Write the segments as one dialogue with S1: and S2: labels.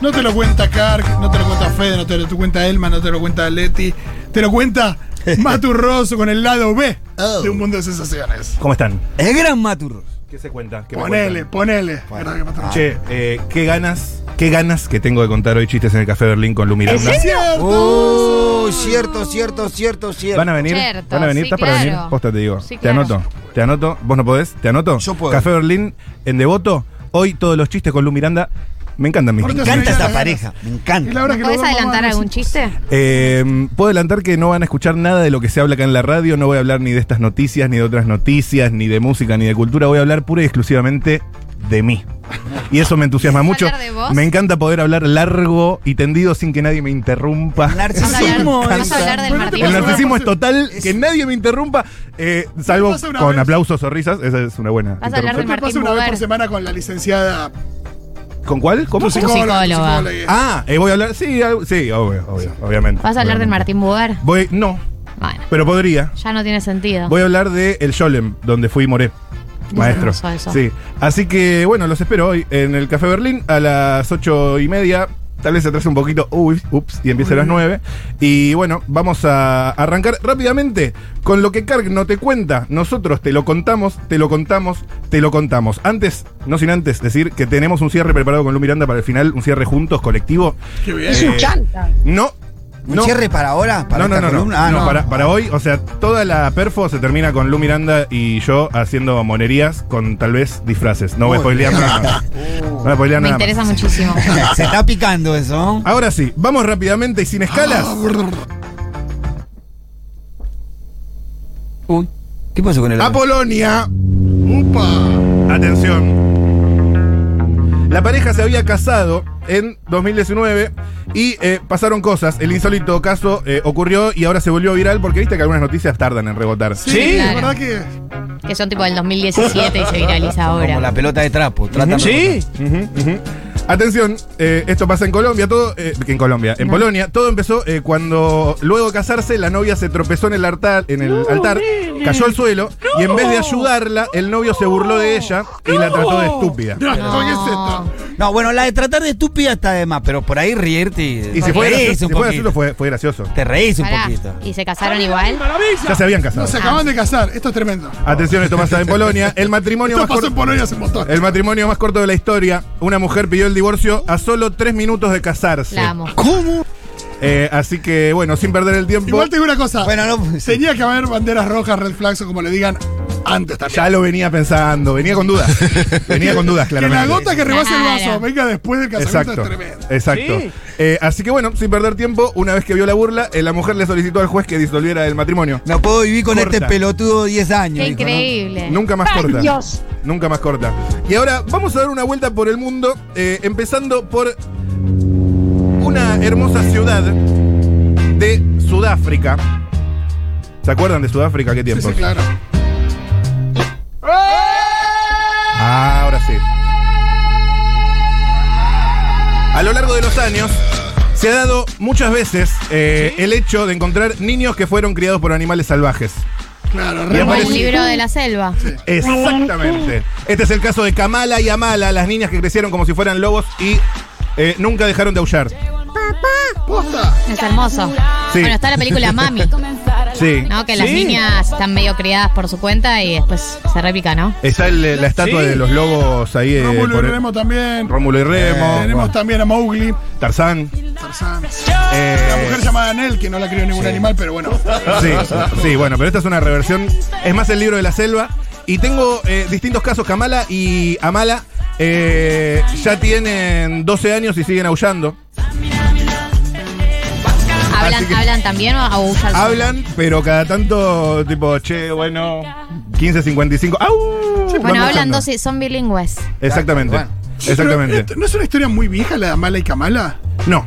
S1: No te lo cuenta Kark, no te lo cuenta Fede, no te lo cuenta Elma, no te lo cuenta Leti. Te lo cuenta Maturroso con el lado B
S2: Oh.
S1: de un mundo de sensaciones.
S3: ¿Cómo están?
S2: El gran Maturros.
S3: ¿Qué se cuenta? ¿Qué me
S1: Ponele,
S3: cuentan?
S1: ponele. Verdad que Maturroso.
S3: Che, eh, qué ganas, qué ganas que tengo de contar hoy chistes en Uh, el Café Berlín con Lu Miranda.
S1: ¡Cierto!
S2: Oh, cierto, cierto, cierto, cierto.
S3: ¿Van a venir?
S4: Cierto,
S3: ¿Van a venir?
S4: sí,
S3: ¿Estás para
S4: claro.
S3: venir? Posta te digo.
S4: Sí,
S3: Te
S4: claro.
S3: anoto. Te anoto. ¿Vos no podés? ¿Te anoto?
S2: Yo puedo.
S3: Café Berlín en Devoto. Hoy todos los chistes con Lu Miranda. Me encantan mis
S1: Ahorita
S2: Me
S3: chistes.
S2: encanta
S1: Ganas.
S2: esta pareja, me
S1: Es la
S2: encanta.
S1: hora
S4: ¿Nos
S1: que
S4: podés
S1: nos vamos
S4: adelantar
S1: a-
S4: algún chiste?
S3: Eh, puedo adelantar que no van a escuchar nada de lo que se habla acá en la radio. No voy a hablar ni de estas noticias, ni de otras noticias, ni de música, ni de cultura. Voy a hablar pura y exclusivamente de mí. Y eso me entusiasma
S4: ¿Vas a
S3: mucho.
S4: hablar de vos?
S3: Me encanta poder hablar largo y tendido sin que nadie me interrumpa.
S4: Vas a hablar,
S2: Narcisismo.
S4: vas a hablar del
S1: Bueno,
S4: Martín.
S3: El
S1: Vas a
S3: narcisismo es
S1: hablar-
S3: total, que nadie me interrumpa, eh, salvo
S1: Vas a una
S3: con
S1: vez.
S3: aplausos o risas. Esa es una buena.
S4: Vas a hablar
S1: Yo
S4: de
S3: interrupción.
S1: te paso
S4: Martín
S1: una vez por
S4: Buber.
S1: semana con la licenciada.
S3: ¿Con cuál? ¿Cómo?
S1: tu
S3: ¿Cómo?
S1: psicóloga, tu
S4: psicóloga.
S1: psicóloga y-
S3: Ah, eh, voy a hablar. Sí, algo- sí, obvio, obvio, obviamente.
S4: ¿Vas a hablar del
S3: obviamente.
S4: Martín Buber?
S3: Voy, no,
S4: Bueno,
S3: pero podría.
S4: ya no tiene sentido.
S3: Voy a hablar de El Sholem, donde fui y moré. Maestro.
S4: hermoso eso.
S3: Sí. Así que, bueno, los espero hoy en el Café Berlín a las ocho y media. Tal vez se atrase un poquito, uy, ups, y empiece a las nueve. Y bueno, vamos a arrancar rápidamente con lo que Karg no te cuenta. Nosotros te lo contamos, te lo contamos, te lo contamos. Antes, no sin antes decir que tenemos un cierre preparado con Lu Miranda para el final, un cierre juntos, colectivo.
S1: Qué bien.
S5: Es un
S3: Eh,
S5: chanta.
S3: No.
S2: ¿Un
S3: no.
S2: cierre para ahora? ¿Para
S3: no, no,
S2: esta
S3: no, no,
S2: columna? Ah,
S3: no, Para, para hoy, o sea, toda la perfo se termina con Lu Miranda y yo haciendo monerías con tal vez disfraces. No voy a
S2: Muy
S3: spoilear
S2: bien.
S3: nada. más. No voy a spoilear
S4: Me
S3: nada. más.
S4: interesa muchísimo.
S2: Se está picando eso.
S3: Ahora sí, vamos rápidamente y sin escalas.
S2: Ah, Uy, ¿qué pasó con el
S3: A Polonia.
S1: Upa.
S3: Atención. La pareja se había casado en 2019 y eh, pasaron cosas. El insólito caso eh, ocurrió y ahora se volvió viral porque viste que algunas noticias tardan en rebotar.
S1: Sí,
S4: Sí.
S1: la verdad que.
S4: Que son tipo del 2017 y se viraliza
S2: Como la
S4: ahora.
S2: pelota de trapo. trátame
S3: Sí. Ujú, ujú. Atención, eh, esto pasa en Colombia, todo, eh, que en Colombia, en Polonia, todo empezó eh, cuando luego de casarse la novia se tropezó en el altar, en el altar, cayó al suelo y en vez de ayudarla, el novio se burló de ella y la trató de estúpida.
S1: No, ¿Qué es
S4: No.
S1: esto?
S2: con- No, bueno, la de tratar de estúpida está de más, pero por ahí reírte y,
S3: Y si
S2: te
S3: fue
S2: reís un
S3: gracioso, si fue
S2: poquito.
S3: gracioso, fue- fue gracioso.
S2: Te reís un
S4: Pará,
S2: poquito.
S4: ¿Y se casaron igual?
S3: Ya se habían casado.
S1: No, se acaban de casar. Esto es tremendo.
S3: Atención, esto pasa en Polonia. El matrimonio
S1: Esto
S3: más
S1: pasó
S3: cor-
S1: en Polonia hace un montón.
S3: El matrimonio más corto de la historia. Una mujer pidió el divorcio a solo tres minutos de casarse.
S4: La amo.
S2: ¿Cómo?
S3: Eh, así que, bueno, sin perder el tiempo.
S1: Igual te digo una cosa.
S2: Bueno, no.
S1: Tenía que haber banderas rojas, red flags o como le digan
S3: Ah,
S1: antes también.
S3: Ya lo venía pensando, venía con dudas. venía con dudas,
S1: que la
S3: claramente.
S1: gota que rebasa el vaso
S4: Claro.
S1: venga después del casamiento
S3: Exacto,
S1: es tremendo.
S3: exacto. Eh, así que bueno, sin perder tiempo, una vez que vio la burla, eh, la mujer le solicitó al juez que disolviera el matrimonio.
S2: No puedo vivir con
S3: Corta.
S2: este pelotudo 10 años.
S4: Qué
S2: dijo, ¿no?
S4: increíble.
S3: Nunca más
S5: Ay,
S3: corta.
S5: Dios.
S3: Nunca más corta. Y ahora vamos a dar una vuelta por el mundo, eh, empezando por una hermosa ciudad de Sudáfrica. ¿Se acuerdan de Sudáfrica? ¿Qué
S1: Sí,
S3: tiempo?
S1: sí, claro.
S3: Ah, ahora sí. A lo largo de los años se ha dado muchas veces eh, el hecho de encontrar niños que fueron criados por animales salvajes.
S1: Claro,
S3: Y
S1: re
S4: Como el
S3: aparece-
S4: libro de la selva.
S3: Exactamente. Este es el caso de Kamala y Amala, las niñas que crecieron como si fueran lobos y eh, nunca dejaron de aullar.
S1: posta.
S4: Es hermoso.
S3: Sí.
S4: Bueno, está la película Mami,
S3: Sí.
S4: ¿no? Que las niñas están medio criadas por su cuenta y después se repica, ¿no?
S3: Está el- la estatua de los lobos ahí. eh,
S1: Rómulo
S3: por
S1: y
S3: el-
S1: Remo también. Eh,
S3: Rómulo y Remo.
S1: Tenemos
S3: bueno,
S1: también a Mowgli,
S3: Tarzán.
S1: Tarzán.
S3: eh,
S1: La mujer llamada Nel, que no la crió ningún animal, pero bueno.
S3: Sí, sí, bueno, pero esta es una reversión. Es más el libro de la selva. Y tengo eh, distintos casos. Kamala y Amala eh, ya tienen 12 años y siguen aullando.
S4: ¿Hablan,
S3: Así que-
S4: ¿hablan también o abusan?
S3: Hablan, pero cada tanto, tipo, che, bueno, 15.55. ¡Au!
S4: Bueno,
S3: Van
S4: hablan
S3: aullando.
S4: dos, son bilingües.
S3: Exactamente.
S2: Bueno.
S3: Exactamente.
S1: Pero, eh, ¿No es una historia muy vieja la de Amala y Kamala?
S3: No,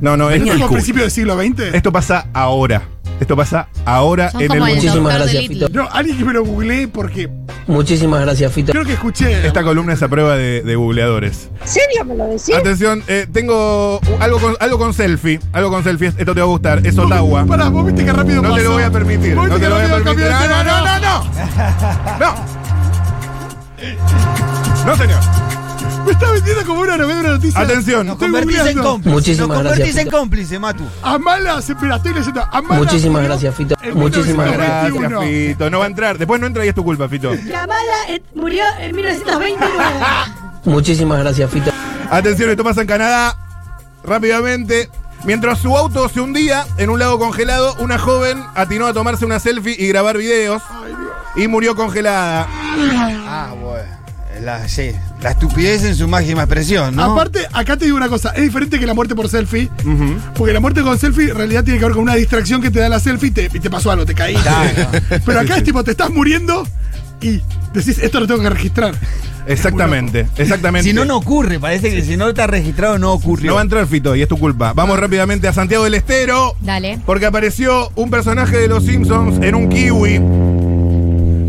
S3: no, no.
S1: ¿No es
S3: Esto,
S1: como principio del siglo XX?
S3: esto pasa ahora. Esto pasa ahora
S4: Son
S3: Ah, en el
S4: como el
S3: mundo.
S4: doctor
S6: Muchísimas
S4: de
S6: gracias,
S4: Little.
S1: No, alguien que me lo googleé porque
S6: Muchísimas gracias, Fito.
S1: creo que escuché.
S3: Esta columna es a prueba de- de googleadores.
S5: ¿Serio me lo decís?
S3: Atención, eh, tengo algo con, algo con selfie. Algo con selfie. Esto te va a gustar. Es Ottawa.
S1: Pará, vos viste que rápido
S3: No te
S1: pasó?
S3: lo voy a permitir.
S1: Vos
S3: No
S1: viste
S3: te
S1: que
S3: lo voy a
S1: rápido
S3: permitir.
S1: cambió el
S3: No, no,
S1: tema,
S3: no, no. No, No, señor.
S1: Me está vendiendo como una novela de noticia.
S3: Atención.
S1: Estoy
S3: Nos
S2: Convertís en
S1: googleando.
S2: cómplice.
S5: Muchísimas
S2: Nos
S5: gracias,
S2: convertís en
S5: Fito.
S2: cómplice, Matu.
S1: Amala, se- espera, estoy leyendo. Amala
S5: Muchísimas
S1: murió
S5: gracias, Fito.
S1: en
S5: Muchísimas
S3: Gracias,
S1: 1921.
S3: Fito. No va a entrar. Después no entra y es tu culpa, Fito.
S6: Kamala eh, murió en 1929.
S5: Muchísimas gracias, Fito.
S3: Atención, esto pasa en Canadá. Rápidamente. Mientras su auto se hundía en un lago congelado, una joven atinó a tomarse una selfie y grabar videos. Y murió congelada.
S2: Ah, bueno. La, sí, la estupidez en su máxima expresión, ¿no?
S1: Aparte, acá te digo una cosa, es diferente que la muerte por selfie, porque la muerte con selfie en realidad tiene que ver con una distracción que te da la selfie y te, y te pasó algo, te caí.
S2: Claro.
S1: Pero acá es tipo, te estás muriendo y decís, esto lo tengo que registrar.
S3: Exactamente, exactamente.
S2: si no, no ocurre. Parece que si no está registrado, no ocurrió. Ah,
S3: No va a entrar Fito y es tu culpa. Vamos rápidamente a Santiago del Estero.
S4: Dale.
S3: Porque apareció un personaje de los Simpsons en un kiwi.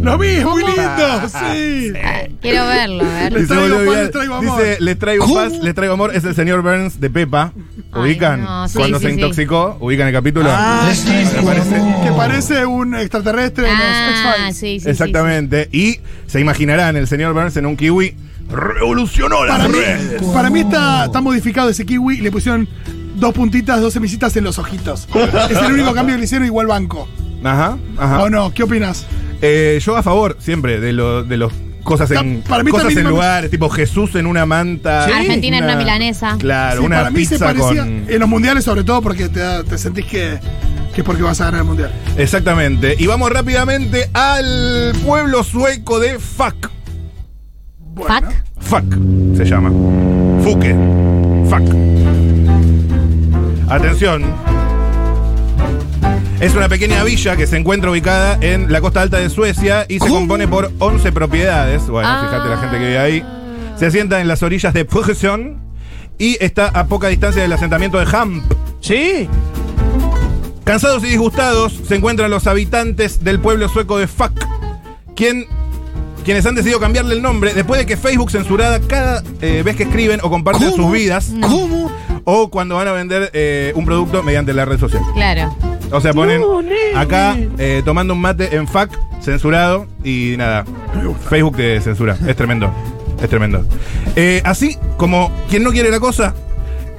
S1: Lo vi, es muy lindo, sí.
S4: Ah, Quiero verlo, a ver.
S1: Les
S3: Dice,
S1: traigo
S3: boludo,
S1: paz, les traigo amor.
S3: Dice, les traigo paz, les traigo amor. Es el señor Burns de Pepa.
S4: Ay,
S3: ¿Ubican?
S4: no, sí,
S3: Cuando
S4: sí,
S3: se
S4: sí.
S3: intoxicó, ubican el capítulo.
S2: Ah, sí,
S3: Me parece.
S1: Que parece un extraterrestre de los
S4: Ah,
S1: X-Files.
S4: sí, sí, sí.
S3: Exactamente. Y se imaginarán el señor Burns en un kiwi. Revolucionó las
S1: Para mí,
S3: redes.
S1: para mí está, está modificado ese kiwi y le pusieron dos puntitas, dos semillitas en los ojitos. es el único cambio que le hicieron igual banco.
S3: Ajá, ajá.
S1: ¿O no? ¿Qué opinas?
S3: Eh, yo a favor siempre de los de los cosas en
S1: Está- para mí
S3: cosas
S1: también
S3: en
S1: me-
S3: lugares, tipo Jesús en una manta.
S4: Sí. Argentina en una milanesa.
S3: Claro,
S1: Sí,
S3: una
S1: para mí se
S3: pizza
S1: parecía
S3: con
S1: en los mundiales sobre todo porque te, da- te sentís que, que es porque vas a ganar el mundial.
S3: Exactamente. Y vamos rápidamente al pueblo sueco de Fuck.
S4: Fuck.
S3: Fuck se llama. Fuque. Fuck. Atención. Es una pequeña villa que se encuentra ubicada en la costa alta de Suecia y se compone por 11 propiedades. Bueno,
S4: Ah.
S3: fíjate la gente que vive ahí. Se asienta en las orillas de Pugesund y está a poca distancia del asentamiento de Hamp.
S2: Sí.
S3: Cansados y disgustados se encuentran los habitantes del pueblo sueco de Fuck, quien- quienes han decidido cambiarle el nombre después de que Facebook censurara cada eh, vez que escriben o comparten sus vidas
S1: Mm.
S2: ¿Cómo?
S3: o cuando van a vender eh, un producto mediante la red social.
S4: Claro.
S3: O sea, ponen acá eh, tomando un mate en Fuck, censurado y nada. Facebook te censura. Es tremendo. Es tremendo. Eh, así como quien no quiere la cosa,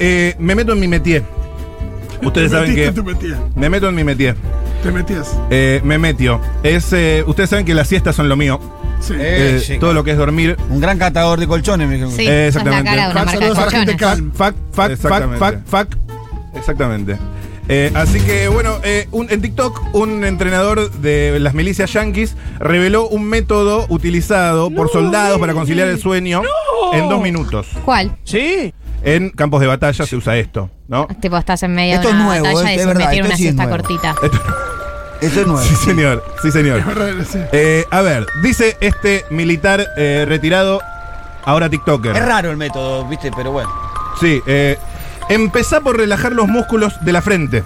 S3: eh, me meto en mi métier. Ustedes
S1: Te
S3: saben
S1: metiste,
S3: que.
S1: Te metías.
S3: Me meto en mi métier.
S1: Te metías.
S3: Eh, me metió. Es, eh, ustedes saben que las siestas son lo mío.
S1: Sí.
S2: Eh,
S3: Eh,
S2: sí,
S3: todo
S2: claro.
S3: lo que es dormir.
S2: Un gran catador de colchones, me dijeron.
S4: Sí,
S3: Eh,
S4: sos la
S3: exactamente.
S4: cara de una
S1: Fac,
S4: marca de
S1: saludos a la gente
S4: colchones.
S1: que-
S3: Fac, fac, fac,
S7: Exactamente.
S3: fac, fac. Exactamente. Eh, así que bueno, eh, un- en TikTok un entrenador de las milicias yanquis reveló un método utilizado por soldados para conciliar el sueño en dos minutos.
S4: ¿Cuál? Ah,
S2: Sí.
S3: En campos de batalla se usa esto, ¿no?
S4: Tipo, estás en medio
S2: Esto
S4: de
S2: es
S4: una
S2: nuevo,
S4: batalla
S2: eh,
S4: y
S2: es
S4: se
S2: verdad,
S4: metieron
S2: esto
S4: una
S2: sí es
S4: siesta
S2: nuevo.
S4: cortita.
S3: Esto-
S2: Eso es nuevo.
S3: sí, señor, sí, señor.
S1: Sí.
S3: Eh, a ver, dice este militar eh, retirado, ahora TikToker.
S2: Es raro el método, viste, pero bueno.
S3: Sí, eh, empezá por relajar los músculos de la frente.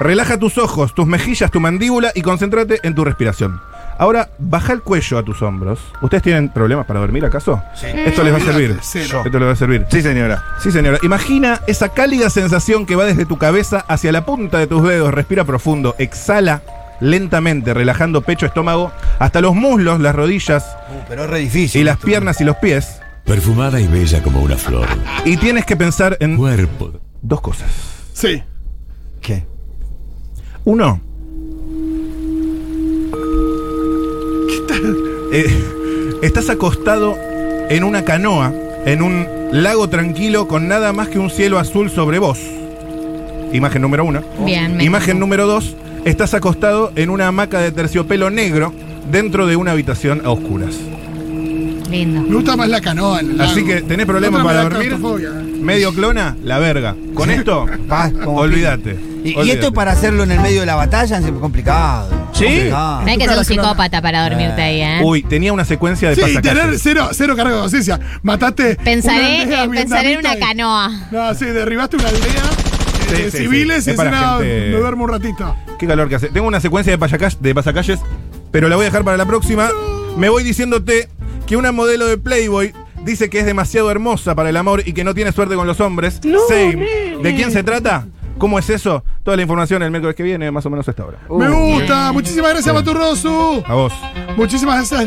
S3: Relaja tus ojos, tus mejillas, tu mandíbula y concéntrate en tu respiración. Ahora, baja el cuello a tus hombros. ¿Ustedes tienen problemas para dormir, acaso? Sí. Esto les va a servir.
S1: Cero.
S3: Esto les va a servir.
S7: Sí, señora.
S3: Sí, señora. Imagina esa cálida sensación que va desde tu cabeza hacia la punta de tus dedos. Respira profundo, exhala lentamente, relajando pecho, estómago, hasta los muslos, las rodillas
S2: Uh, pero es re difícil.
S3: y las piernas y los pies.
S8: Perfumada y bella como una flor.
S3: Y tienes que pensar en
S8: Cuerpo.
S3: dos cosas.
S1: Sí.
S2: ¿Qué?
S3: Uno. Eh, estás acostado en una canoa, en un lago tranquilo con nada más que un cielo azul sobre vos. Imagen número uno.
S4: Bien, me-
S3: Imagen número dos. Estás acostado en una hamaca de terciopelo negro dentro de una habitación a oscuras.
S4: Lindo.
S1: Me gusta más la canoa. en el
S3: Así
S1: lago.
S3: que tenés problemas
S1: Otra me
S3: para
S1: da
S3: dormir.
S1: claustrofobia.
S3: Medio clona, la verga. Con esto,
S2: Paz, Ah, como-
S3: olvídate.
S2: Y, y
S3: olvídate.
S2: esto para hacerlo en el medio de la batalla es complicado.
S3: Sí.
S2: Complicado.
S4: No hay que ser un psicópata para dormirte ahí, ¿eh?
S3: Uy, tenía una secuencia de
S1: Sí, y
S3: pasacalles.
S1: tener cero, cero carga de conciencia. Mataste. una
S4: Pensaré,
S1: aldea
S4: eh, pensaré en
S1: vietnamita
S4: una
S1: y-
S4: canoa.
S1: No, sí, derribaste una aldea eh,
S3: Sí,
S1: de
S3: sí,
S1: civiles
S3: sí.
S1: y
S3: Es para
S1: dice, no,
S3: gente-
S1: me duermo un ratito.
S3: Qué calor que hace. Tengo una secuencia de, payacalles- de pasacalles, pero la voy a dejar para la próxima. Me voy diciéndote que una modelo de Playboy dice que es demasiado hermosa para el amor y que no tiene suerte con los hombres. Same. ¿De quién se trata? ¿Cómo es eso? Toda la información el Uh,
S1: Uh.
S3: miércoles que viene, más o menos a esta hora.
S1: me gusta. Muchísimas gracias, Maturrosu.
S3: A vos.
S1: Muchísimas gracias.